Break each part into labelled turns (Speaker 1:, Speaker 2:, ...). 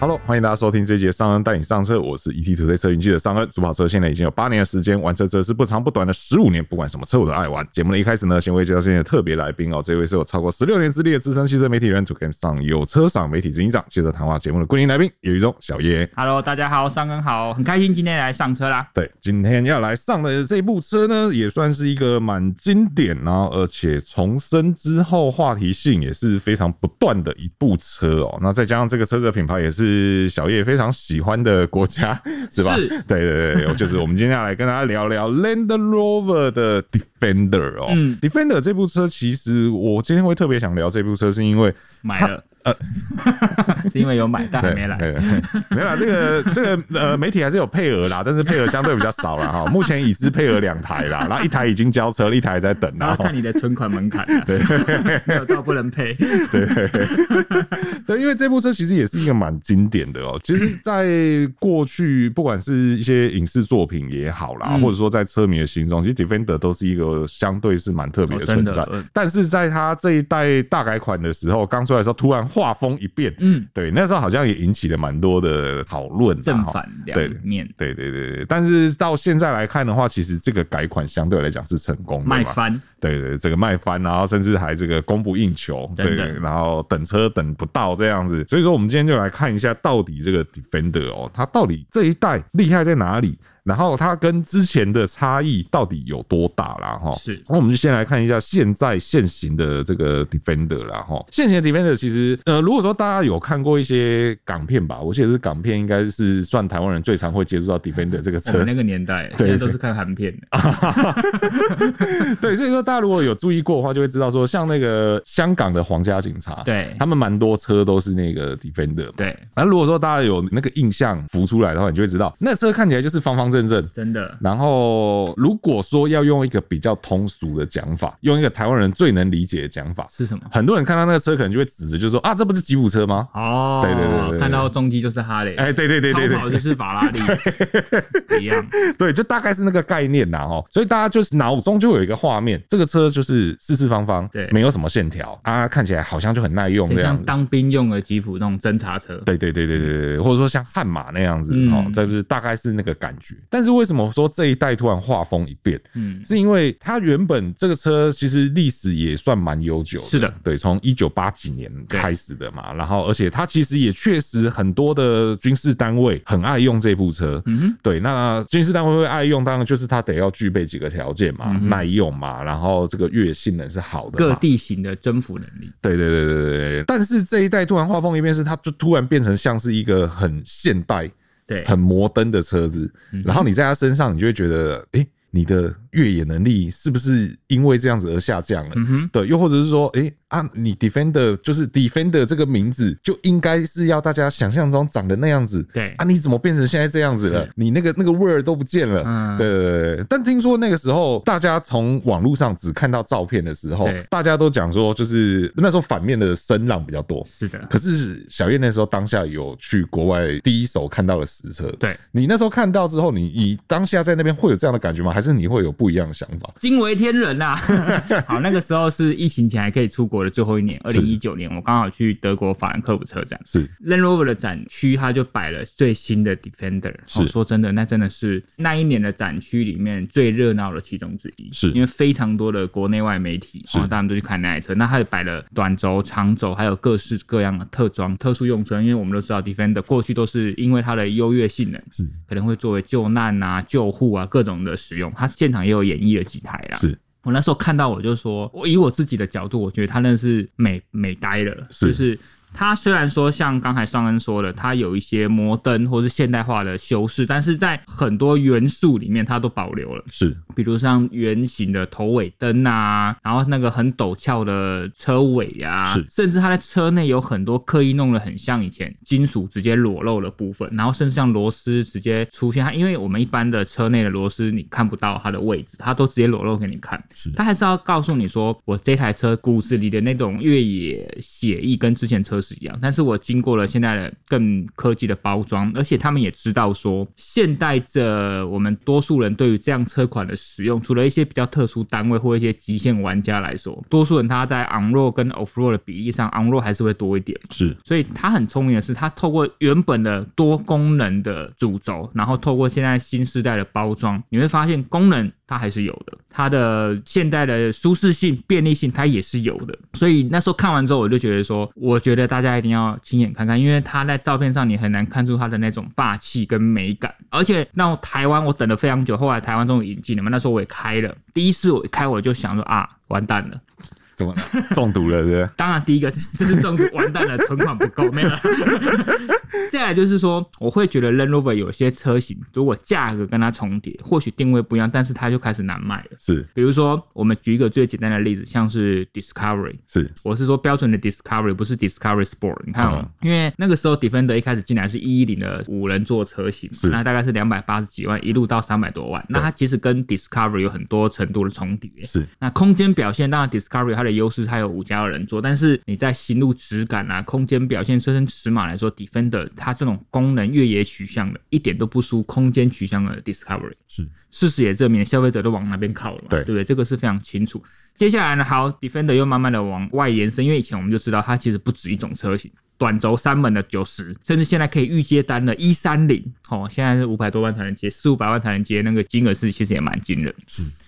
Speaker 1: Hello，欢迎大家收听这一节上恩带你上车，我是 ET Today 车云记者上恩。主跑车现在已经有八年的时间，玩车则是不长不短的十五年，不管什么车我都爱玩。节目的一开始呢，先为介绍今天的特别来宾哦，这位是有超过十六年资历的资深汽车媒体人，主 Game 上有车赏媒体执行长。接着谈话节目的固定来宾，有一种小叶。
Speaker 2: Hello，大家好，上根好，很开心今天来上车啦。
Speaker 1: 对，今天要来上的这部车呢，也算是一个蛮经典，然后而且重生之后话题性也是非常不断的一部车哦。那再加上这个车子的品牌也是小叶非常喜欢的国家， 是吧？
Speaker 2: 是
Speaker 1: 对对对，对就是我们今天要来跟大家聊聊 Land Rover 的 Defender 哦。
Speaker 2: 嗯
Speaker 1: Defender 这部车，其实我今天会特别想聊这部车，是因为
Speaker 2: 买了， 是因为有买，但还
Speaker 1: 对，
Speaker 2: 没来。
Speaker 1: 呃对对 没啦，这个这个呃，媒体还是有配额啦，但是配额相对比较少啦。 哈。目前已知配额两台啦，然后一台已经交车了，一台还在等
Speaker 2: 然
Speaker 1: 啦
Speaker 2: 后。看你的存款门 槛、啊，没有到不能配。
Speaker 1: 对，因为这部车其实也是一个蛮经典的哦、其实，在过去不管是一些影视作品也好啦，
Speaker 2: 嗯
Speaker 1: 或者说在车迷的心中，其实 Defender 都是一个相对是蛮特别的
Speaker 2: 哦真
Speaker 1: 存
Speaker 2: 的
Speaker 1: 在
Speaker 2: 呃。
Speaker 1: 但是在它这一代大改款的时候，刚出来的时候，突然画风一变，
Speaker 2: 嗯，
Speaker 1: 对，那时候好像也引起了蛮多的讨论啦，
Speaker 2: 正
Speaker 1: 哈
Speaker 2: 反两
Speaker 1: 对
Speaker 2: 面，
Speaker 1: 对对对对，但是到现在来看的话，其实这个改款相对来讲是成功的嘛
Speaker 2: 卖翻，
Speaker 1: 对对，对这个卖翻，然后甚至还这个供不应求，
Speaker 2: 真的
Speaker 1: 对，然后等车等不到这样子，所以说我们今天就来看一下，到底这个 Defender 哦，它到底这一代厉害在哪里，然后它跟之前的差异到底有多大啦？哈，
Speaker 2: 是
Speaker 1: 那我们就先来看一下现在现行的这个 Defender 啦，哈，现行的 Defender 其实，呃，如果说大家有看过一些港片吧，我记得是港片，应该是算台湾人最常会接触到 Defender 这个
Speaker 2: 我
Speaker 1: 车
Speaker 2: 们，那个年代，
Speaker 1: 对啊
Speaker 2: 现在都是看韩片的。
Speaker 1: 对，所以说大家如果有注意过的话，就会知道说，像那个香港的皇家警察，
Speaker 2: 对
Speaker 1: 他们蛮多车都是那个 Defender 嘛。
Speaker 2: 对，
Speaker 1: 然后如果说大家有那个印象浮出来的话，你就会知道那车看起来就是方方正正。
Speaker 2: 真的，
Speaker 1: 然后如果说要用一个比较通俗的讲法，用一个台湾人最能理解的讲法，
Speaker 2: 是什么？
Speaker 1: 很多人看到那个车可能就会指着就说啊，这不是吉普车吗？
Speaker 2: 哦，
Speaker 1: 对对对对对
Speaker 2: 看到中机就是哈雷，
Speaker 1: 哎，对对对对对
Speaker 2: 超，跑就是法 拉利，一样。
Speaker 1: 对，就大概是那个概念啦哦，所以大家就是脑中就有一个画面，这个车就是四四方方，
Speaker 2: 对
Speaker 1: 没有什么线条啊，看起来好像就很耐用
Speaker 2: 很
Speaker 1: 这样
Speaker 2: 像
Speaker 1: 子。
Speaker 2: 当兵用的吉普那种侦察车，
Speaker 1: 对对对对对对对，或者说像悍马那样子、
Speaker 2: 嗯
Speaker 1: 哦，这就是大概是那个感觉。但是为什么说这一代突然画风一变？
Speaker 2: 嗯，
Speaker 1: 是因为它原本这个车其实历史也算蛮悠久的，
Speaker 2: 是的，
Speaker 1: 对，从一九八几年开始的嘛。然后，而且它其实也确实很多的军事单位很爱用这部车，
Speaker 2: 嗯哼，
Speaker 1: 对，那军事单位会爱用，当然就是它得要具备几个条件嘛，
Speaker 2: 嗯哼
Speaker 1: 耐用嘛，然后这个越性能是好的嘛，
Speaker 2: 各地形的征服能力，
Speaker 1: 对对对对对对。但是这一代突然画风一变，是它就突然变成像是一个很现代、
Speaker 2: 对，
Speaker 1: 很摩登的车子，
Speaker 2: 嗯
Speaker 1: 然后你在它身上，你就会觉得，诶，你的越野能力是不是因为这样子而下降了？
Speaker 2: 嗯哼，
Speaker 1: 对，又或者是说，诶啊，你 Defender 就是 Defender 这个名字就应该是要大家想象中长得那样子，
Speaker 2: 对
Speaker 1: 啊，你怎么变成现在这样子了
Speaker 2: 是？
Speaker 1: 你那个那个味儿都不见了，
Speaker 2: 嗯
Speaker 1: 对对对对。但听说那个时候大家从网络上只看到照片的时候
Speaker 2: 对，
Speaker 1: 大家都讲说，就是那时候反面的声浪比较多。
Speaker 2: 是的，
Speaker 1: 可是小叶那时候当下有去国外第一手看到了实车，
Speaker 2: 对，
Speaker 1: 你那时候看到之后，你你当下在那边会有这样的感觉吗？还是你会有不一样的想法？
Speaker 2: 惊为天人 呐、啊！好，那个时候是疫情前还可以出国的最后一年，二
Speaker 1: 是
Speaker 2: 零一九年，我刚好去德国法兰克福车展
Speaker 1: 是
Speaker 2: ，Land Rover 的展区，它就摆了最新的 Defender。
Speaker 1: 是
Speaker 2: 哦说真的，那真的是那一年的展区里面最热闹的其中之一，
Speaker 1: 是
Speaker 2: 因为非常多的国内外媒体，
Speaker 1: 是
Speaker 2: 哦，他们都去看那台车。那它也摆了短轴、长轴，还有各式各样的特装、特殊用车，因为我们都知道 Defender 过去都是因为它的优越性能，
Speaker 1: 是
Speaker 2: 可能会作为救难啊、救护啊各种的使用。它现场也有演绎了几台啦。
Speaker 1: 是
Speaker 2: 我那时候看到，我就说，我以我自己的角度，我觉得他那是美美呆了，
Speaker 1: 是
Speaker 2: 就是他虽然说像刚才双恩说的，他有一些摩登或是现代化的修饰，但是在很多元素里面，它都保留了，
Speaker 1: 是
Speaker 2: 比如像圆形的头尾灯啊，然后那个很陡峭的车尾啊
Speaker 1: 是，
Speaker 2: 甚至它在车内有很多刻意弄得很像以前金属直接裸露的部分，然后甚至像螺丝直接出现，它因为我们一般的车内的螺丝你看不到它的位置，它都直接裸露给你看
Speaker 1: 是，
Speaker 2: 它还是要告诉你说我这台车骨子里的那种越野写意跟之前车车是一样，但是我经过了现在的更科技的包装，而且他们也知道说，现代这我们多数人对于这样车款的使用，除了一些比较特殊单位或一些极限玩家来说，多数人他在 on road 跟 off road 的比例上，on road 还是会多一点。
Speaker 1: 是
Speaker 2: 所以它很聪明的是，它透过原本的多功能的主轴，然后透过现在新时代的包装，你会发现功能它还是有的，它的现代的舒适性、便利性它也是有的。所以那时候看完之后，我就觉得说，我觉得大家一定要亲眼看看，因为它在照片上你很难看出它的那种霸气跟美感。而且让台湾我等了非常久，后来台湾终于引进了嘛，那时候我也开了，第一次我一开我就想说啊，完蛋了。
Speaker 1: 怎么中毒了？对不对？
Speaker 2: 当然，第一个 是这是中国完蛋了，存款不够，没有了。 再来就是说，我会觉得 Land Rover 有些车型，如果价格跟它重叠，或许定位不一样，但是它就开始难卖了。
Speaker 1: 是
Speaker 2: 比如说，我们举一个最简单的例子，像是 Discovery，
Speaker 1: 是
Speaker 2: 我是说标准的 Discovery，不是 Discovery Sport。你看哦，因为哦那个时候 Defender 一开始进来是一一零的五人座车型，
Speaker 1: 是
Speaker 2: 那大概是两百八十几万，一路到三百多万。那它其实跟 Discovery 有很多程度的重叠。
Speaker 1: 是
Speaker 2: 那空间表现，当然 Discovery 它的优势它有五加二人座，但是你在行路质感啊、空间表现、车身尺码来说，Defender 它这种功能越野取向的，一点都不输空间取向的 Discovery。
Speaker 1: 是，
Speaker 2: 事实也证明，消费者都往那边靠了嘛，
Speaker 1: 对
Speaker 2: 对不对？这个是非常清楚。接下来呢，好，Defender 又慢慢的往外延伸，因为以前我们就知道它其实不止一种车型，短轴三门的九十，甚至现在可以预接单的一三零，哦，现在是五百多万才能接，四五百万才能接，那个金额是其实也蛮惊人，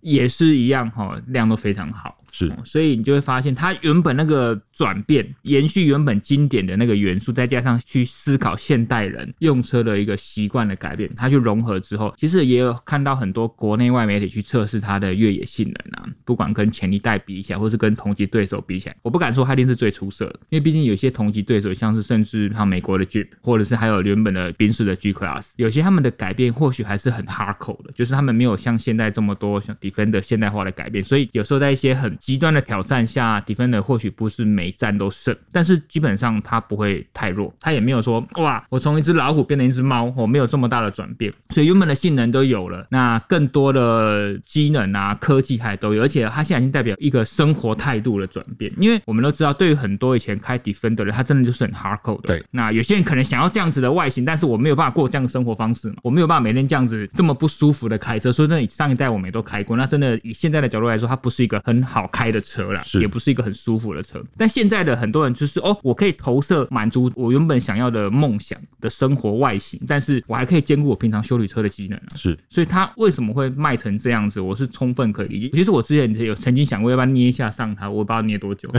Speaker 2: 也是一样哈、哦，量都非常好。
Speaker 1: 是
Speaker 2: 哦所以你就会发现，它原本那个转变，延续原本经典的那个元素，再加上去思考现代人用车的一个习惯的改变，它去融合之后，其实也有看到很多国内外媒体去测试它的越野性能啊，不管跟前一代比起来，或是跟同级对手比起来，我不敢说它一定是最出色的，因为毕竟有些同级对手，像是甚至像美国的 Jeep，或者是还有原本的宾士的 G Class，有些他们的改变或许还是很 hardcore 的，就是他们没有像现在这么多像 Defender 现代化的改变，所以有时候在一些很极端的挑战下，Defender 或许不是每一战都胜，但是基本上它不会太弱，它也没有说哇，我从一只老虎变成一只猫，我没有这么大的转变，所以原本的性能都有了，那更多的机能啊、科技它也都有，而且它现在已经代表一个生活态度的转变，因为我们都知道，对于很多以前开 Defender 的人，他真的就是很 hardcore 的，
Speaker 1: 对
Speaker 2: 那有些人可能想要这样子的外形，但是我没有办法过这样的生活方式嘛，我没有办法每天这样子这么不舒服的开车。说真的，上一代我们也都开过，那真的以现在的角度来说，它不是一个很好开的车啦，
Speaker 1: 是
Speaker 2: 也不是一个很舒服的车。但现在的很多人就是哦，我可以投射满足我原本想要的梦想的生活外形，但是我还可以兼顾我平常修理车的机能啊。
Speaker 1: 是
Speaker 2: 所以它为什么会卖成这样子，我是充分可以理解。其实我之前有曾经想过，要不要捏一下上它，我不知道捏多久。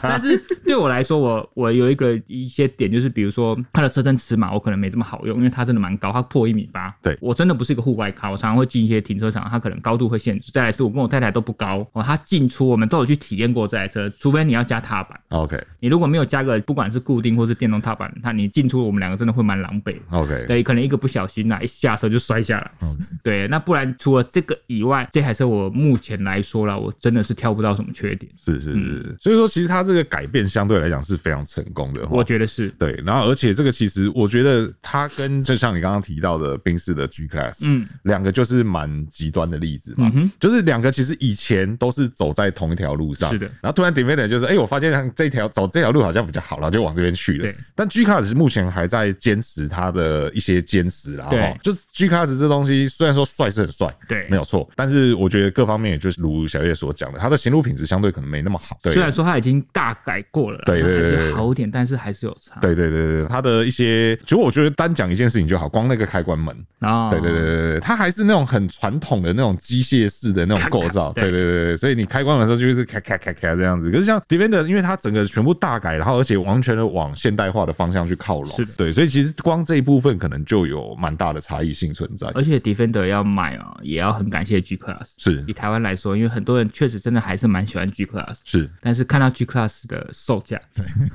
Speaker 2: 但是对我来说，我我有一个一些点，就是比如说它的车身尺码，我可能没这么好用，因为它真的蛮高，它破一米八。
Speaker 1: 对
Speaker 2: 我真的不是一个户外咖，我常常会进一些停车场，它可能高度会限制。再来是我跟我太太都不高，哦，它进出我们都有去体验过这台车，除非你要加踏板。
Speaker 1: OK
Speaker 2: 你如果没有加个不管是固定或是电动踏板，它你进出我们两个真的会蛮狼狈的。
Speaker 1: OK
Speaker 2: 对，可能一个不小心呐、啊一下车就摔下来。
Speaker 1: OK
Speaker 2: 对，那不然除了这个以外，这台车我目前来说啦，我真的是挑不到什么缺点，
Speaker 1: 是是是，是所以说其实它这个改变相对来讲是非常成功的。
Speaker 2: 我觉得是。
Speaker 1: 对，然后而且这个其实我觉得它跟就像你刚刚提到的宾士的 G Class，
Speaker 2: 嗯，
Speaker 1: 两个就是蛮极端的例子嘛，
Speaker 2: 嗯哼
Speaker 1: 就是两个其实以前都是走在同一条路上，
Speaker 2: 是的
Speaker 1: 然后突然 Defender 就是，哎、我发现这条走这条路好像比较好，然后就往这边去了
Speaker 2: 对。
Speaker 1: 但 G Class 目前还在坚持它的一些坚持啦，
Speaker 2: 对
Speaker 1: 齁就是 G Class 这东西虽然说帅是很帅，
Speaker 2: 对
Speaker 1: 没有错，但是我觉得各方面也就是如小叶所讲的，它的行路品质相对可能没那么好，对
Speaker 2: 虽。然说它已经大改过了啦，
Speaker 1: 对对对
Speaker 2: 还
Speaker 1: 对
Speaker 2: 是好一点，但是还是有差。
Speaker 1: 对对对对，它的一些，其实我觉得单讲一件事情就好，光那个开关门，
Speaker 2: 啊，
Speaker 1: 对对对对对，它还是那种很传统的那种机械式的那种构造，
Speaker 2: 咔咔
Speaker 1: 对对对对，所以你开关的时候就是咔咔咔咔这样子。可是像 Defender，因为它整个全部大改，然后而且完全的往现代化的方向去靠拢
Speaker 2: 是的，
Speaker 1: 对，所以其实光这一部分可能就有蛮大的差异性存在。
Speaker 2: 而且 Defender 要买啊、也要很感谢 G Class。
Speaker 1: 是
Speaker 2: 以台湾来说，因为很多人确实真的还是蛮喜欢 G Class，
Speaker 1: 是，
Speaker 2: 但是看到 G Class 的售价，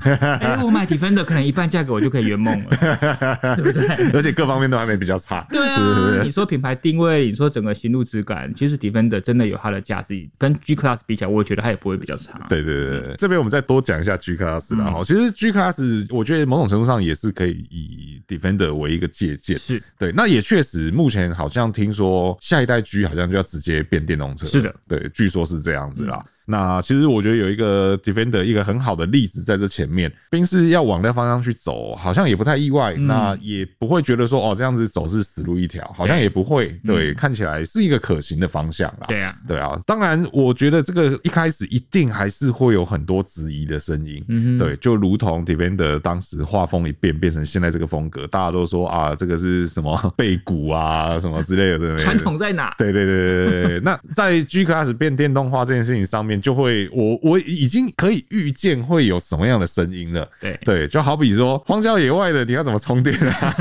Speaker 2: 哎、我买 Defender 可能一半价格我就可以圆梦了。
Speaker 1: 而且各方面都还没比较差。
Speaker 2: 对啊，你说品牌定位，你说整个行路质感，其实 Defender 真的有它的价值，跟 G Class 比起来，我觉得它也不会比较差。，
Speaker 1: 对对对对对，这边我们再多讲一下 G Class
Speaker 2: 嗯
Speaker 1: 啦。哦哈、其实 G Class 我觉得某种程度上也是可以以 Defender 为一个借鉴。
Speaker 2: 是
Speaker 1: 对，那也确实，目前好像听说下一代 G 好像就要直接变电动车，
Speaker 2: 是的，嗯
Speaker 1: 对，据说是这样子啦。那其实我觉得有一个 Defender 一个很好的例子在这前面，宾士要往那方向去走，好像也不太意外，
Speaker 2: 嗯
Speaker 1: 那也不会觉得说哦这样子走是死路一条，好像也不会，对，看起来是一个可行的方向啦。
Speaker 2: 嗯对啊，
Speaker 1: 对啊，当然，我觉得这个一开始一定还是会有很多质疑的声音。
Speaker 2: 嗯哼
Speaker 1: 对，就如同 Defender 当时画风一变，变成现在这个风格，大家都说啊，这个是什么背骨 啊，什么之类的，对不对
Speaker 2: 传统在哪？
Speaker 1: 对对对对对对， 那在 G Class 变电动化这件事情上面，就会我我已经可以预见会有什么样的声音了。
Speaker 2: 对
Speaker 1: 对，就好比说荒郊野外的，你要怎么充电 啊？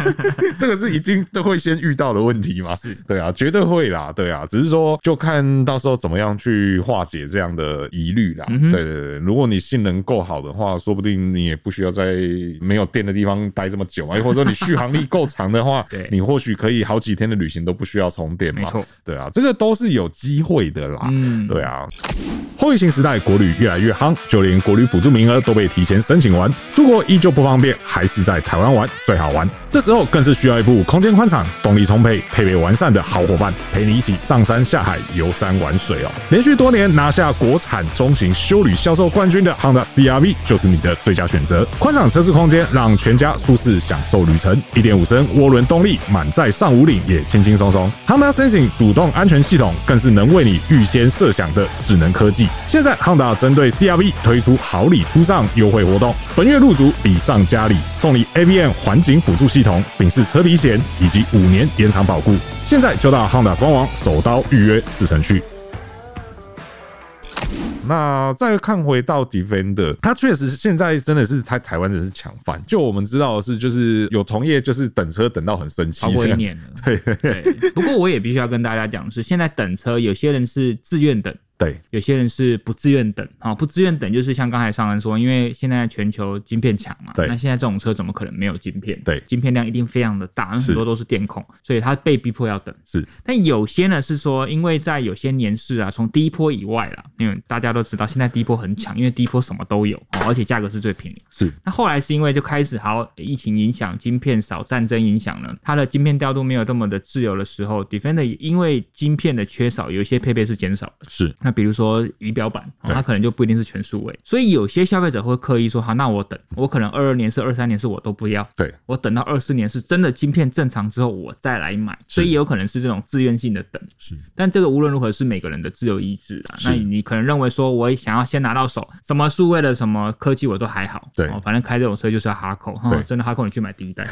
Speaker 1: 这个是一定都会先遇到的问题嘛？对啊，绝对会啦，对啊，只是说就看到时候怎么样去化解这样的疑虑啦。
Speaker 2: 嗯哼
Speaker 1: 对对对，如果你性能够好的话，说不定你也不需要在没有电的地方待这么 久啊，或者说你续航力够长的话
Speaker 2: 对，
Speaker 1: 你或许可以好几天的旅行都不需要充电嘛。
Speaker 2: 没错，
Speaker 1: 对啊，这个都是有机会的啦。
Speaker 2: 嗯
Speaker 1: 对啊。后疫情时代，国旅越来越夯，就连国旅补助名额都被提前申请完。出国依旧不方便，还是在台湾玩最好玩。这时候更是需要一部空间宽敞、动力充沛、配备完善的好伙伴，陪你一起上山下海、游山玩水哦。连续多年拿下国产中型休旅销售冠军的 Honda CRV 就是你的最佳选择。宽敞车室空间让全家舒适享受旅程。1.5升涡轮动力满载上五岭也轻轻松松。Honda Sensing 主动安全系统更是能为你预先设想的智能科技。现在 Honda 针对 CRV 推出好礼出上优惠活动，本月入主礼上加礼，送你 ABM 环景辅助系统、丙式车体险以及五年延长保固。现在就到 Honda 官网手刀预约试乘去。那再看回到 Defender，它确实现在真的是台台湾人是抢翻。就我们知道的是，就是有同业就是等车等到很生气，
Speaker 2: 超过
Speaker 1: 这
Speaker 2: 一
Speaker 1: 样
Speaker 2: 年了。对，不过我也必须要跟大家讲的是，现在等车有些人是自愿等。
Speaker 1: 对
Speaker 2: 有些人是不自愿等啊、不自愿等就是像刚才上恩说，因为现在全球晶片强嘛，
Speaker 1: 对
Speaker 2: 那现在这种车怎么可能没有晶片？
Speaker 1: 对
Speaker 2: 晶片量一定非常的大，因为
Speaker 1: 是
Speaker 2: 很多都是电控，所以它被逼迫要等。
Speaker 1: 是，
Speaker 2: 但有些呢是说，因为在有些年式啊，从第一波以外啦，因为大家都知道现在第一波很强，因为第一波什么都有，哦而且价格是最便宜。
Speaker 1: 是
Speaker 2: 那后来是因为就开始好疫情影响、晶片少、战争影响呢，它的晶片调度没有这么的自由的时候，Defender 也因为晶片的缺少，有一些配备是减少的。
Speaker 1: 是
Speaker 2: 那比如说仪表板，哦
Speaker 1: 对
Speaker 2: 它可能就不一定是全数位，所以有些消费者会刻意说：“哈，那我等，我可能二二年是二三年是我都不要，
Speaker 1: 对
Speaker 2: 我等到二四年是真的晶片正常之后我再来买。”所以也有可能是这种自愿性的等。
Speaker 1: 是
Speaker 2: 但这个无论如何是每个人的自由意志啦。
Speaker 1: 是
Speaker 2: 那你可能认为说，我想要先拿到手，什么数位的什么科技我都还好，
Speaker 1: 对
Speaker 2: 哦反正开这种车就是要哈口，哦
Speaker 1: 对
Speaker 2: 真的哈口你去买第一 代，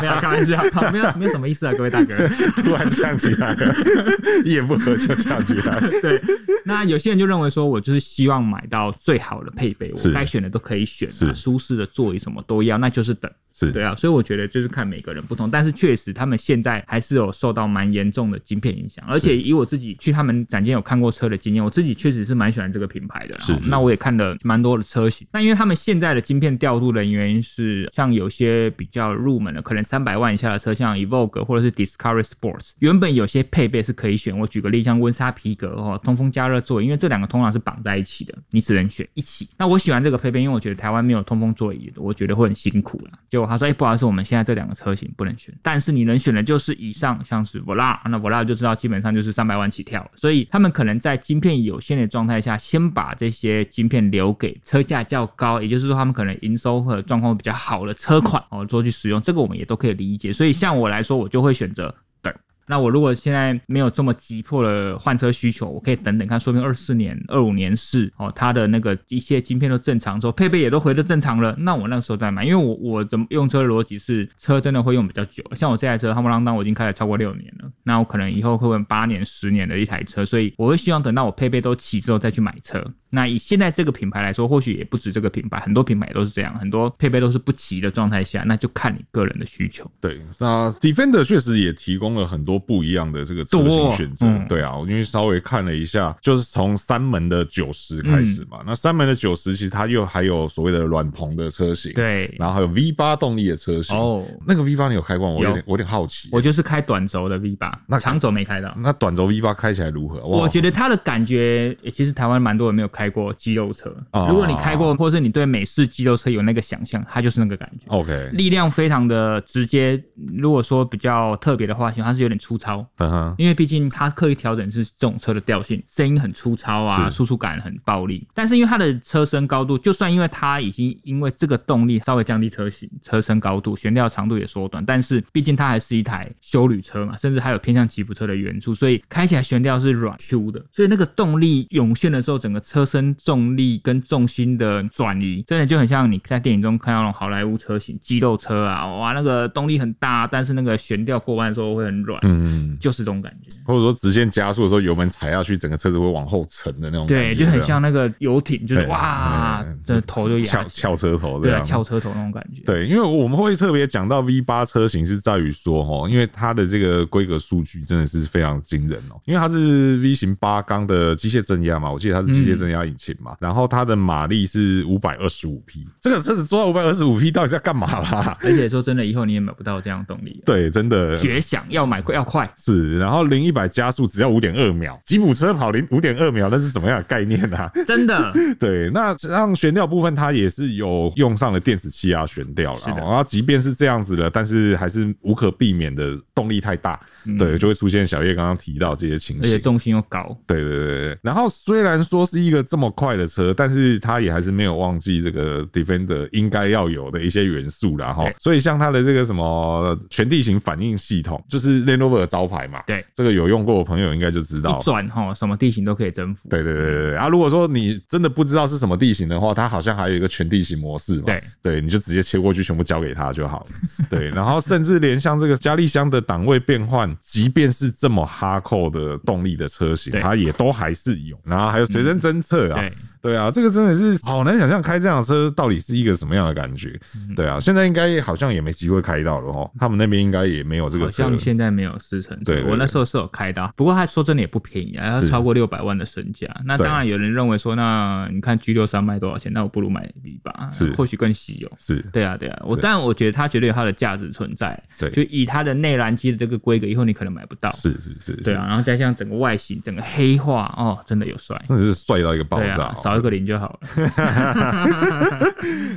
Speaker 2: 没有开玩笑，没有没有什么意思啊，各位大哥。
Speaker 1: 突然呛起来了， 一言不合就呛起来了，
Speaker 2: 对，那有些人就认为说，我就是希望买到最好的配备，
Speaker 1: 是
Speaker 2: 我该选的都可以选、啊
Speaker 1: 是，
Speaker 2: 舒适的座椅什么都要，那就是等。
Speaker 1: 是
Speaker 2: 对啊，所以我觉得就是看每个人不同，但是确实他们现在还是有受到蛮严重的晶片影响，而且以我自己去他们展间有看过车的经验，我自己确实是蛮喜欢这个品牌的啦。
Speaker 1: 是是
Speaker 2: 那我也看了蛮多的车型。那因为他们现在的晶片调度的原因是，像有些比较入门的，可能三百万以下的车，像 Evoque 或者是 Discovery Sports，原本有些配备是可以选。我举个例，像温莎皮革哦，通风加热座椅，因为这两个通常是绑在一起的，你只能选一起。那我喜欢这个配备，因为我觉得台湾没有通风座椅，我觉得会很辛苦啦。结果他说，哎、不好意思，我们现在这两个车型不能选，但是你能选的就是以上，像是 Vola，那 Vola 就知道基本上就是三百万起跳了，所以他们可能在晶片有限的状态下，先把这些晶片留给车价较高，也就是说他们可能营收或者状况比较好的车款哦做去使用，这个我们也都可以理解。所以像我来说，我就会选择等。那我如果现在没有这么急迫的换车需求，我可以等等看，说明二四年、二五年是哦，它的那个一切晶片都正常之后，配备也都回到正常了，那我那个时候再买，因为我我怎么用车的逻辑是，车真的会用比较久，像我这台车，夯不啷当我已经开了超过六年了，那我可能以后会问八年、十年的一台车，所以我会希望等到我配备都齐之后再去买车。那以现在这个品牌来说，或许也不止这个品牌，很多品牌都是这样，很多配备都是不齐的状态下，那就看你个人的需求。
Speaker 1: 对，那 Defender 确实也提供了很多不一样的这个车型选择。
Speaker 2: 多嗯
Speaker 1: 对啊，我因为稍微看了一下，就是从三门的九十开始
Speaker 2: 嗯
Speaker 1: 嘛，那三门的九十其实它又还有所谓的软棚的车型，，
Speaker 2: 对，
Speaker 1: 然后还有 V 八动力的车型。
Speaker 2: 哦
Speaker 1: 那个 V 八你有开过吗？我有
Speaker 2: 有
Speaker 1: 点我有点好奇。
Speaker 2: 我就是开短轴的 V 八
Speaker 1: 那，
Speaker 2: 长轴没开到。
Speaker 1: 那短轴 V 八开起来如何？哇
Speaker 2: 我觉得它的感觉，诶其实台湾蛮多人没有开过肌肉车
Speaker 1: 哦。
Speaker 2: 如果你开过，或是你对美式肌肉车有那个想象，它
Speaker 1: 哦
Speaker 2: 就是那个感觉。
Speaker 1: OK，
Speaker 2: 力量非常的直接，如果说比较特别的话，它是有点粗糙，
Speaker 1: 嗯哼，
Speaker 2: 因为毕竟它刻意调整是这种车的调性，声音很粗糙啊，
Speaker 1: 是
Speaker 2: 输出感很暴力。但是因为它的车身高度，就算因为它已经因为这个动力稍微降低车型车身高度，悬吊长度也缩短，但是毕竟它还是一台修旅车嘛，甚至还有偏向吉普车的元素，所以开起来悬吊是软 Q 的，所以那个动力涌现的时候，整个车身重力跟重心的转移，真的就很像你在电影中看到那种好莱坞车型肌肉车啊，哇，那个动力很大，但是那个悬吊过弯的时候会很软，
Speaker 1: 嗯，
Speaker 2: 就是这种感觉。
Speaker 1: 或者说直线加速的时候，油门踩下去，整个车子会往后沉的那种感觉，
Speaker 2: 对，啊就很像那个游艇，就是
Speaker 1: 对
Speaker 2: 哇
Speaker 1: 嗯，
Speaker 2: 这头就
Speaker 1: 翘
Speaker 2: 压起来
Speaker 1: 翘车头这
Speaker 2: 对啊，
Speaker 1: 样，
Speaker 2: 啊翘车头那种感觉。
Speaker 1: 对，因为我们会特别讲到 V 八车型，是在于说哦，因为它的这个规格数据真的是非常惊人哦，因为它是 V 型八缸的机械增压嘛，我记得它是机械增压引擎嘛，然后它的马力是五百二十五匹，这个车子做到五百二十五匹到底是要干嘛啦？
Speaker 2: 而且说真的，以后你也买不到这样的动力了，啊
Speaker 1: 对，真的
Speaker 2: 绝响，要买快要 快。
Speaker 1: 是，然后零一百加速只要五点二秒，吉普车跑零五点二秒，那是怎么样的概念啊？
Speaker 2: 真的，
Speaker 1: 对，那像悬吊部分，它也是有用上了电子气压悬吊了，
Speaker 2: 是的
Speaker 1: 然后即便是这样子了，但是还是无可避免的动力太大，对，就会出现小叶刚刚提到这些情
Speaker 2: 嗯而且
Speaker 1: 形。
Speaker 2: 重心又高，
Speaker 1: 对对对对对，然后虽然说是一个这么快的车，但是它也还是没有忘记这个 Defender 应该要有的一些元素啦哈
Speaker 2: 对。
Speaker 1: 所以像它的这个什么全地形反应系统，就是 Land Rover 的招牌嘛，
Speaker 2: 对，
Speaker 1: 这个有用过的朋友应该就知道
Speaker 2: 一。转哈，什么地形都可以征服。
Speaker 1: 对对对对对啊！如果说你真的不知道是什么地形的话，它好像还有一个全地形模式嘛。
Speaker 2: 对
Speaker 1: 对，你就直接切过去，全部交给他就好了。对，然后甚至连像这个加力箱的档位变换，即便是这么哈扣的动力的车型，
Speaker 2: 对嗯
Speaker 1: 它也都还是有。然后还有随身侦测啊，
Speaker 2: 对，
Speaker 1: 对啊，这个真的是好难想象开这辆车到底是一个什么样的感觉。
Speaker 2: 嗯
Speaker 1: 对啊，现在应该好像也没机会开到了哦，他们那边应该也没有这个
Speaker 2: 好
Speaker 1: 车。
Speaker 2: 像现在没有四成
Speaker 1: 对对
Speaker 2: 车，
Speaker 1: 对
Speaker 2: 我那时候是有开到，不过他说真的也不便宜啊，要
Speaker 1: 是
Speaker 2: 超过六百万的身价。那
Speaker 1: 对
Speaker 2: 当然有人认为说，那你看 G 六三卖多少钱，那我不如买 V 八
Speaker 1: 是，
Speaker 2: 或许更稀有。
Speaker 1: 是
Speaker 2: 对啊，对啊，我
Speaker 1: 是
Speaker 2: 但我觉得它绝对有它的价值存在。
Speaker 1: 对
Speaker 2: 就以它的内燃机的这个规格，以后你可能买不到。
Speaker 1: 是是是，是
Speaker 2: 对啊，，然后再像整个外形，整个黑化，哦，真的有帅。
Speaker 1: 真的是帅到一个 爆
Speaker 2: 对
Speaker 1: 炸
Speaker 2: 啊，
Speaker 1: 哦、
Speaker 2: 少一个零就 好了。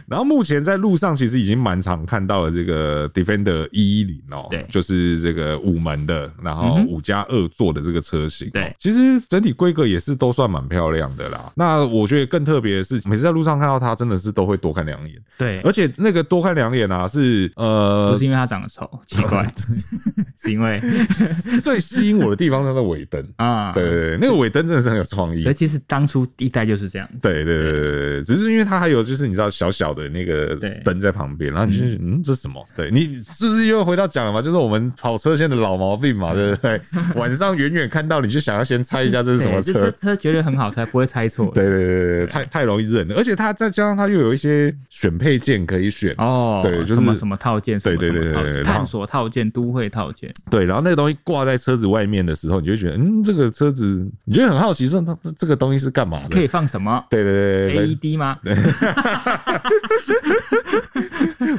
Speaker 1: 然后目前在路上其实已经蛮常看到了这个 Defender 一一零哦，
Speaker 2: 对
Speaker 1: 就是这个五门的，然后
Speaker 2: 嗯哼
Speaker 1: 五加二座的这个车型、哦，
Speaker 2: 对
Speaker 1: 其实整体规格也是都算蛮漂亮的啦。那我觉得更特别的是，每次在路上看到它，真的是都会多看两眼，
Speaker 2: 对，
Speaker 1: 而且那个多看两眼啊，是呃
Speaker 2: 不是因为它长得丑，奇 怪，是因为
Speaker 1: 最吸引我的地方，它的尾灯。
Speaker 2: 啊，
Speaker 1: 对对对，那个尾灯真的是很有创意
Speaker 2: 尤。其是当初第一代就是这样子。
Speaker 1: 对对对对对，只是因为它还有就是你知道小小的那个
Speaker 2: 对
Speaker 1: 灯在旁边，然后你就觉得嗯这是什么？对你这是又回到讲了嘛，就是我们跑车线的老毛病嘛，对不 对？晚上远远看到你就想要先猜一下这是什么
Speaker 2: 对这
Speaker 1: 车
Speaker 2: 这。车绝对很好猜，不会猜错。
Speaker 1: 对对对对对，太太容易认了，而且它再加上它又有一些选配件可以选，
Speaker 2: 哦，
Speaker 1: 对就是
Speaker 2: 什么什么套件，什么
Speaker 1: 对对对
Speaker 2: 什么套
Speaker 1: 对对对
Speaker 2: 件探索套件、都会套件，
Speaker 1: 对，然后那个东西挂在车子外面的时候，你就会觉得嗯这个车子，你就会很好奇说它这这个东西是干嘛的？
Speaker 2: 可以
Speaker 1: 对
Speaker 2: 放什么
Speaker 1: 对对对对，
Speaker 2: ？AED 吗？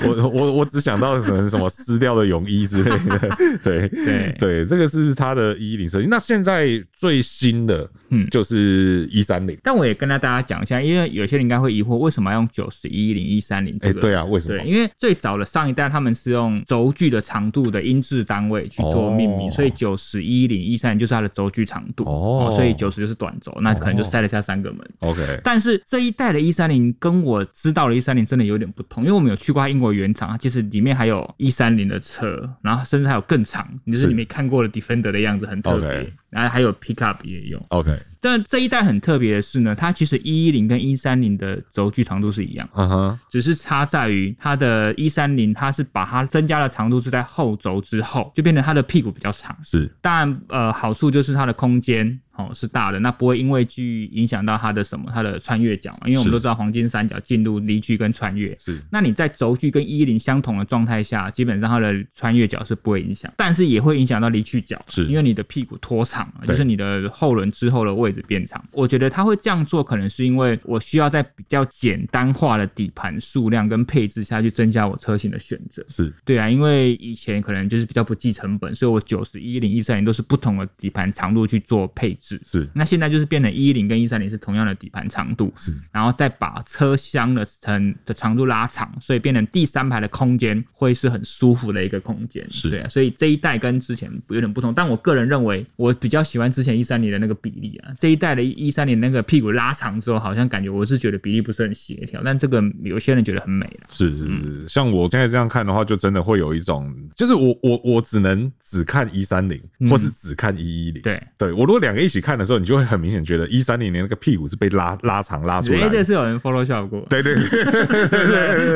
Speaker 1: 我我我只想到可能什么湿掉的泳衣之类的， 对
Speaker 2: 对
Speaker 1: 对，这个是它的一零设计。那现在最新的，嗯
Speaker 2: 嗯，
Speaker 1: 就是一三零。
Speaker 2: 但我也跟大家讲一下，因为有些人应该会疑惑，为什么要用九十一零一三零
Speaker 1: 哎，
Speaker 2: 这个？
Speaker 1: 对啊，为什
Speaker 2: 对，
Speaker 1: 么？
Speaker 2: 因为最早的上一代他们是用轴距的长度的音质单位去做命名，
Speaker 1: 哦
Speaker 2: 所以九十一零一三就是它的轴距长度，
Speaker 1: 哦
Speaker 2: 所以九十就是短轴，那可能就塞得下三个门。
Speaker 1: OK，
Speaker 2: 但是这一代的一三零跟我知道的一三零真的有点不同，因为我们有去过它英国原厂，它其实里面还有一三零的车，然后甚至还有更长，就是你没看过的 Defender 的样子，很特
Speaker 1: OK
Speaker 2: 别。然后还有 Pickup 也有，
Speaker 1: OK，
Speaker 2: 但这一代很特别的是呢，它其实一一零跟一三零的轴距长度是一样，
Speaker 1: 嗯哼，
Speaker 2: 只是差在于它的一三零，它是把它增加的长度是在后轴之后，就变成它的屁股比较长。
Speaker 1: 是
Speaker 2: 当然，呃，好处就是它的空间哦是大的，那不会因为去影响到它的什么，它的穿越角嘛，因为我
Speaker 1: 是
Speaker 2: 们都知道黄金三角进入离区跟穿越。
Speaker 1: 是
Speaker 2: 那你在轴距跟一零相同的状态下，基本上它的穿越角是不会影响，但是也会影响到离去角，
Speaker 1: 是
Speaker 2: 因为你的屁股拖长了，
Speaker 1: 对
Speaker 2: 就是你的后轮之后的位置变长。我觉得它会这样做，可能是因为我需要在比较简单化的底盘数量跟配置下去增加我车型的选择。
Speaker 1: 是
Speaker 2: 对啊，因为以前可能就是比较不计成本，所以我九十一零一三零都是不同的底盘长度去做配置。式。
Speaker 1: 是
Speaker 2: 那现在就是变成一零跟一三零是同样的底盘长度，
Speaker 1: 是
Speaker 2: 然后再把车厢的层的长度拉长，所以变成第三排的空间会是很舒服的一个空间。
Speaker 1: 是
Speaker 2: 对啊，所以这一代跟之前有点不同，但我个人认为我比较喜欢之前一三年的那个比例啊，这一代的一三年那个屁股拉长之后，好像感觉我是觉得比例不是很协调，但这个有些人觉得很美了。
Speaker 1: 是是是，像我现在这样看的话，就真的会有一种，就是我我我只能只看一三零，或是只看一一零。
Speaker 2: 对
Speaker 1: 嗯对，我如果两个一起看的时候，你就会很明显觉得一三零年那个屁股是被拉拉长拉出
Speaker 2: 哎、
Speaker 1: 来
Speaker 2: 这
Speaker 1: 的。
Speaker 2: 是有人 Photoshop 过，
Speaker 1: 对对对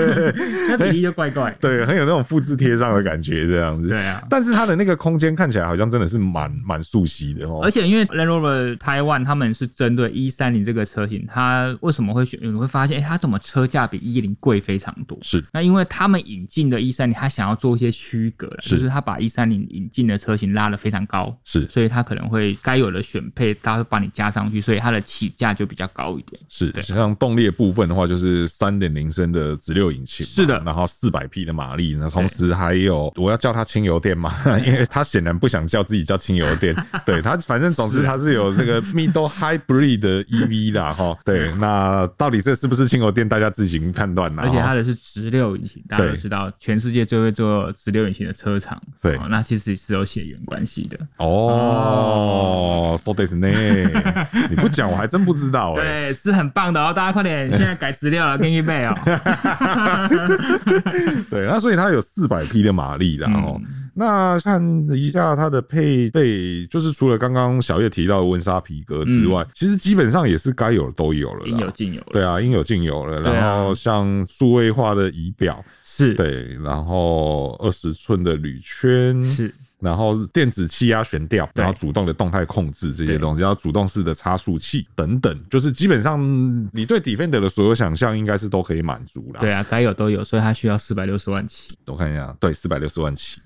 Speaker 2: 那比例就怪怪。
Speaker 1: 对，很有那种复制贴上的感觉，这样子。
Speaker 2: 对啊
Speaker 1: 但是它的那个空间看起来好像真的是蛮蛮熟悉的哦
Speaker 2: 而。且因为 Land Rover 台湾他们是针对一三零这个车型，它为什么会选？你会发现，哎、它怎么车价比一零贵非常多？
Speaker 1: 是
Speaker 2: 那因为他们引进的一三零，它想要做一些区隔了，
Speaker 1: 是
Speaker 2: 就是它把一三零引进的车型拉得非常高，
Speaker 1: 是
Speaker 2: 所以它可能会该有的选配，它会帮你加上去，所以它的起价就比较高一点。
Speaker 1: 是，像动力的部分的话，就是三点零升的直六引擎嘛，
Speaker 2: 是的
Speaker 1: 然后四百匹的马力，那同时还有我要叫它轻油 电嘛，因为它显然不想叫自己叫轻油电，对它反正总之它是有这个 middle hybrid 的 EV 啦 哈，对，那到底这是不是轻油电，大家自行判断啦。
Speaker 2: 而且它
Speaker 1: 齁
Speaker 2: 的是直六引擎，大家都
Speaker 1: 对
Speaker 2: 知道，全世界最会做直六引擎的车厂，
Speaker 1: 对
Speaker 2: 哦那其实是有血缘关系的。
Speaker 1: 哦，so this 呢，你不讲我还真不知 道哎、
Speaker 2: 对，是很棒的哦，大家快点，现在改资料了，跟预备哦。
Speaker 1: 对，那所以它有四百匹的马力
Speaker 2: 嗯
Speaker 1: 啦。哦、那看一下它的配备，就是除了刚刚小叶提到的温莎皮革之外，其实基本上也是该有的都有了
Speaker 2: 嗯应有
Speaker 1: 啦。
Speaker 2: 尽有了。
Speaker 1: 对啊，应有尽有了。
Speaker 2: 对啊
Speaker 1: 然后像数位化的仪表，
Speaker 2: 是，
Speaker 1: 对，然后二十寸的铝圈，
Speaker 2: 是，
Speaker 1: 然后电子气压悬吊，
Speaker 2: 对
Speaker 1: 然后主动的动态控制这些东西，然后主动式的差速器等等，就是基本上你对 Defender 的所有想象应该是都可以满足啦。
Speaker 2: 对啊，该有都有，所以它需要四百六十万起，
Speaker 1: 我看一下，对，四百六十万起。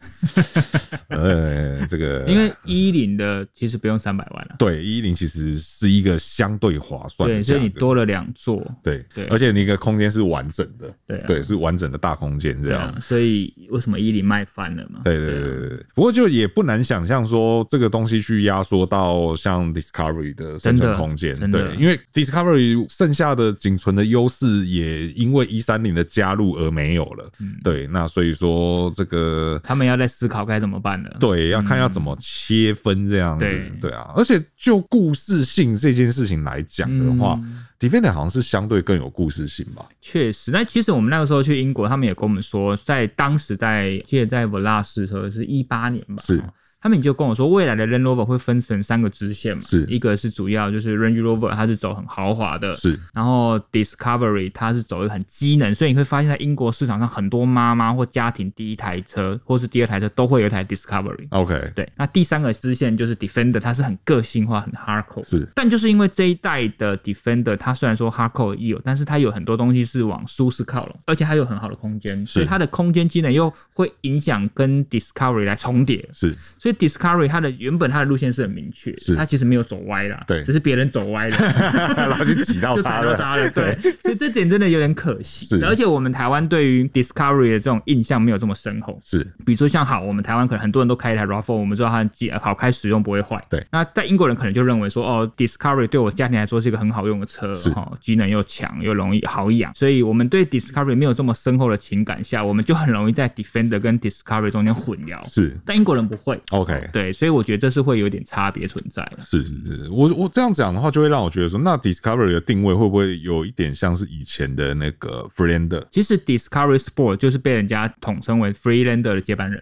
Speaker 1: 呃，这个
Speaker 2: 因为一零的其实不用三百万了、
Speaker 1: 对一零其实是一个相对划算的
Speaker 2: 对，所以你
Speaker 1: 价格
Speaker 2: 多了两座，
Speaker 1: 对
Speaker 2: 对
Speaker 1: 而且你一个空间是完整的，
Speaker 2: 对啊
Speaker 1: 对，是完整的大空间这
Speaker 2: 对
Speaker 1: 样
Speaker 2: 啊。，所以为什么一零卖翻了嘛？啊
Speaker 1: 对对对对对，不过就也不难想象说这个东西去压缩到像 Discovery 的生
Speaker 2: 真的
Speaker 1: 存空间，
Speaker 2: 真的
Speaker 1: 对，因为 Discovery 剩下的仅存的优势也因为一三零的加入而没有了，
Speaker 2: 嗯
Speaker 1: 对，那所以说这个
Speaker 2: 他们要在思考该怎么办了。
Speaker 1: 对，要看要怎么切分这样子，
Speaker 2: 对
Speaker 1: 嗯对啊。而且就故事性这件事情来讲的话、d e f e n d e r 好像是相对更有故事性吧？
Speaker 2: 确实，那其实我们那个时候去英国，他们也跟我们说，在当时在记得在 Vela 试车是一八年吧，
Speaker 1: 是
Speaker 2: 他们就跟我说，未来的 Land Rover 会分成三个支线嘛，
Speaker 1: 是
Speaker 2: 一个是主要就是 Range Rover，它是走很豪华的，
Speaker 1: 是
Speaker 2: 然后 Discovery 它是走一个很机能，所以你会发现在英国市场上很多妈妈或家庭第一台车或是第二台车都会有一台 Discovery。
Speaker 1: ，OK，
Speaker 2: 对，那第三个支线就是 Defender，它是很个性化、很 hardcore。
Speaker 1: 是
Speaker 2: 但就是因为这一代的 Defender，它虽然说 hardcore 也有，但是它有很多东西是往舒适靠拢，而且它有很好的空间，所以它的空间机能又会影响跟 Discovery 来重叠。
Speaker 1: 是
Speaker 2: 所以 Discovery 它的原本它的路线是很明确，
Speaker 1: 是
Speaker 2: 它其实没有走歪啦，
Speaker 1: 对
Speaker 2: 只是别人走歪了。
Speaker 1: 然后去挤到
Speaker 2: 就
Speaker 1: 他
Speaker 2: 踩到
Speaker 1: 了，
Speaker 2: 它了，对，所以这点真的有点可惜
Speaker 1: 是。
Speaker 2: 而且我们台湾对于 Discovery 的这种印象没有这么深厚。
Speaker 1: 是
Speaker 2: 比如说像好，我们台湾可能很多人都开一台 RAV4，我们知道它很几好开使用不会坏。
Speaker 1: 对，
Speaker 2: 那在英国人可能就认为说，哦，Discovery 对我家庭来说是一个很好用的车，
Speaker 1: 是
Speaker 2: 哦，机能又强又容易好养，所以我们对 Discovery 没有这么深厚的情感下，我们就很容易在 Defender 跟 Discovery 中间混淆。
Speaker 1: 是
Speaker 2: 但英国人不会。
Speaker 1: ，OK。
Speaker 2: 对，所以我觉得这是会有点差别存在的。
Speaker 1: 是是是，我我这样讲的话，就会让我觉得说，那 Discovery 的定位会不会有一点像是以前的那个 Freelander？OK，、
Speaker 2: 其实 Discovery Sport 就是被人家统称为 Freelander 的接班人，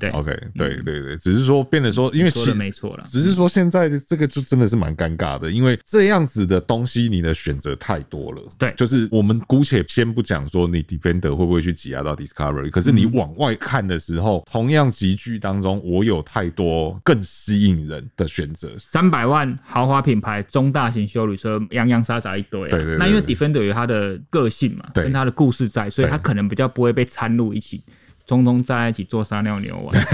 Speaker 2: 对
Speaker 1: OK，对对对，只是说变得说，因为
Speaker 2: 说
Speaker 1: 其
Speaker 2: 的没错了。
Speaker 1: 只是说现在的这个就真的是蛮尴尬的，因为这样子的东西你的选择太多了。
Speaker 2: 对
Speaker 1: 就是我们姑且先不讲说你 Defender 会不会去挤压到 Discovery，可是你往外看的时候，同样集聚当中，我有太多更吸引人的选择。
Speaker 2: 三百万豪华品牌中大型修旅车，洋洋洒洒一堆啊、
Speaker 1: 对对对
Speaker 2: 那因为
Speaker 1: 对
Speaker 2: Defender 有它的个性嘛，
Speaker 1: 对
Speaker 2: 跟它的故事在，所以它
Speaker 1: 对
Speaker 2: 可能比较不会被掺入一起。通通在一起做撒尿牛 丸，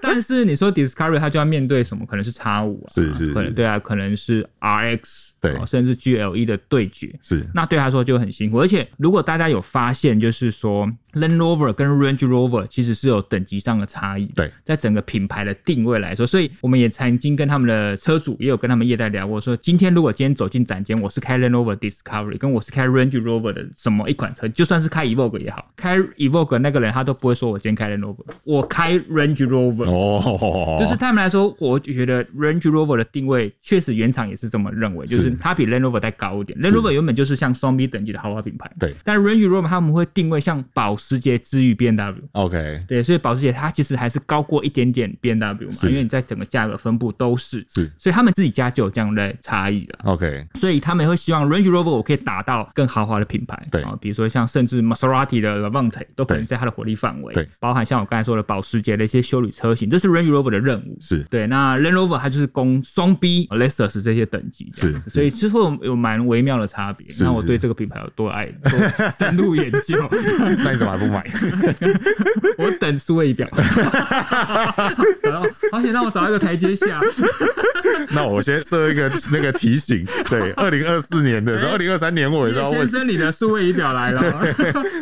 Speaker 2: 但是你说 Discovery 它就要面对什么？可能是叉五啊，
Speaker 1: 是是
Speaker 2: 可能
Speaker 1: 是
Speaker 2: 对啊，可能是 RX，
Speaker 1: 对
Speaker 2: 哦甚至 GLE 的对决，
Speaker 1: 是
Speaker 2: 那对他说就很辛苦。而且如果大家有发现，就是说 Land Rover 跟 Range Rover 其实是有等级上的差异。
Speaker 1: 对，
Speaker 2: 在整个品牌的定位来说，所以我们也曾经跟他们的车主，也有跟他们业代聊过，说今天如果今天走进展间，我是开 Land Rover Discovery，跟我是开 Range Rover 的什么一款车，就算是开 Evoque 也好，开 Evoque 那个人他都不会说我今天开 Land Rover，我开 Range Rover。
Speaker 1: 哦，
Speaker 2: 就是他们来说，我觉得 Range Rover 的定位确实原厂也是这么认为，就是
Speaker 1: 是
Speaker 2: 它比 Land Rover 再高一点。Land Rover 原本就是像双 B 等级的豪华品牌，
Speaker 1: 对
Speaker 2: 但 Range Rover 他们会定位像保时捷之于 B N W，
Speaker 1: OK，
Speaker 2: 对，所以保时捷它其实还是高过一点点 B N W 嘛，
Speaker 1: 是
Speaker 2: 因为你在整个价格分布都是，
Speaker 1: 是
Speaker 2: 所以他们自己家就有这样的差异了。
Speaker 1: OK，
Speaker 2: 所以他们也会希望 Range Rover 我可以打到更豪华的品牌，
Speaker 1: 对
Speaker 2: 啊，比如说像甚至 Maserati 的 Levante 都可能
Speaker 1: 对
Speaker 2: 在它的火力范围，
Speaker 1: 对，
Speaker 2: 包含像我刚才说的保时捷的一些修旅车型，这是 Range Rover 的任务。
Speaker 1: 是
Speaker 2: 对，那 Range Rover 它就是攻双 B、Lexus 这些等级这样子，
Speaker 1: 是
Speaker 2: 所以之后有蛮微妙的差别。
Speaker 1: 是
Speaker 2: 那我
Speaker 1: 是
Speaker 2: 对这个品牌有多爱，多深入研究，
Speaker 1: 那你怎么还不买？
Speaker 2: 我等数位 仪表，然后好想让我找一个台阶下。
Speaker 1: 那我先设一个那个提醒， 对，二零二四年的时候，二零二三年我也是
Speaker 2: 叶
Speaker 1: 要
Speaker 2: 先
Speaker 1: 问
Speaker 2: 生，你的数位仪表来了，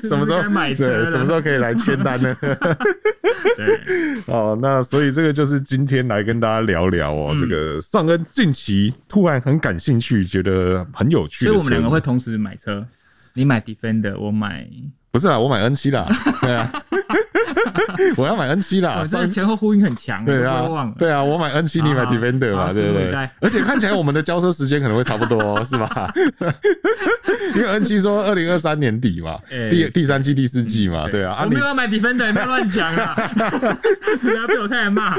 Speaker 1: 什么时候
Speaker 2: 是不是该买车
Speaker 1: 对
Speaker 2: 了？
Speaker 1: 什么时候可以来签单呢？
Speaker 2: 对。
Speaker 1: 哦，那所以这个就是今天来跟大家聊聊哦，
Speaker 2: 嗯
Speaker 1: 这个尚恩近期突然很感兴趣，觉得很有趣
Speaker 2: 所
Speaker 1: 的
Speaker 2: 以
Speaker 1: 车，
Speaker 2: 我们两个会同时买车，你买 Defender，我买，
Speaker 1: 不是啊，我买 N 七啦，对啊， 我要买 N 七啦，
Speaker 2: 我这
Speaker 1: 上
Speaker 2: 个啊前后呼应很强，
Speaker 1: 啊对
Speaker 2: 我
Speaker 1: 啊
Speaker 2: 都忘了，。
Speaker 1: 对啊，我买 N 七，你买
Speaker 2: 好
Speaker 1: Defender
Speaker 2: 好
Speaker 1: 嘛，对不
Speaker 2: 拭目以
Speaker 1: 对
Speaker 2: 待？
Speaker 1: 而且看起来我们的交车时间可能会差不多哦，是吧？因为 N 七说二零二三年底嘛，
Speaker 2: 哎嗯
Speaker 1: 第第三季、第四季嘛，对啊，啊
Speaker 2: 我
Speaker 1: 你
Speaker 2: 没有要买 Defender，不要乱讲 啦！不要被我太太骂。啊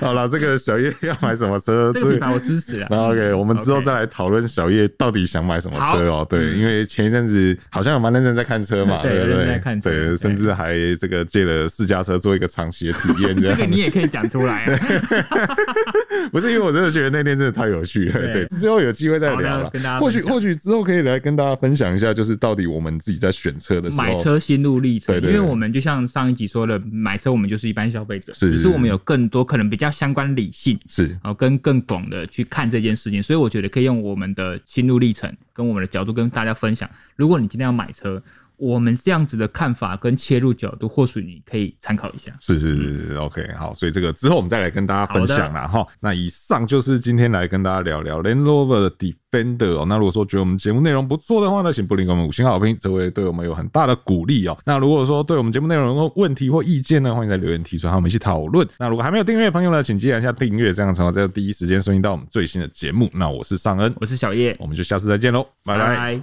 Speaker 1: 好了，这个小叶要买什么车？
Speaker 2: 这个品牌我 支持啊。
Speaker 1: 那 OK，我们之后
Speaker 2: OK
Speaker 1: 再来讨论小叶到底想买什么车哦。对，因为前一阵子好像有蛮认真在看车嘛，
Speaker 2: 嗯对
Speaker 1: 对不
Speaker 2: 认真在
Speaker 1: 对？
Speaker 2: 看车对
Speaker 1: 对，甚至还这个借了试驾车做一个长期的体验，这
Speaker 2: 这
Speaker 1: 样
Speaker 2: 个你也可以讲 出来啊。
Speaker 1: 不是因为我真的觉得那天真的太有趣了。
Speaker 2: 对
Speaker 1: 对，之后有机会再
Speaker 2: 好
Speaker 1: 聊
Speaker 2: 的
Speaker 1: 了
Speaker 2: 跟大家。
Speaker 1: 或许
Speaker 2: 分享
Speaker 1: 或许之后可以来跟大家分享一下，就是到底我们自己在选车的时候，
Speaker 2: 买车心路历程，
Speaker 1: 对
Speaker 2: 因
Speaker 1: 对
Speaker 2: 为
Speaker 1: 对
Speaker 2: 我们就像上一集说的，买车我们就是一般消费者，
Speaker 1: 是是
Speaker 2: 只是
Speaker 1: 是
Speaker 2: 我们有更多可能比较相关理性，
Speaker 1: 是
Speaker 2: 然后跟更广的去看这件事情，所以我觉得可以用我们的心路历程跟我们的角度跟大家分享。如果你今天要买车，我们这样子的看法跟切入角度，或许你可以参考一下。
Speaker 1: 是是是是，OK，好，所以这个之后我们再来跟大家分享啦哈。那以上就是今天来跟大家聊聊 Land Rover 的 Defender 哦。那如果说觉得我们节目内容不错的话呢，请不吝给我们五星好评，这会对我们有很大的鼓励哦。那如果说对我们节目内容有问题或意见呢，欢迎在留言提出，和我们一起讨论。那如果还没有订阅的朋友呢，请记得一下订阅，这样才能在第一时间收听到我们最新的节目。那我是尚恩，
Speaker 2: 我是小叶，
Speaker 1: 我们就下次再见喽，拜拜。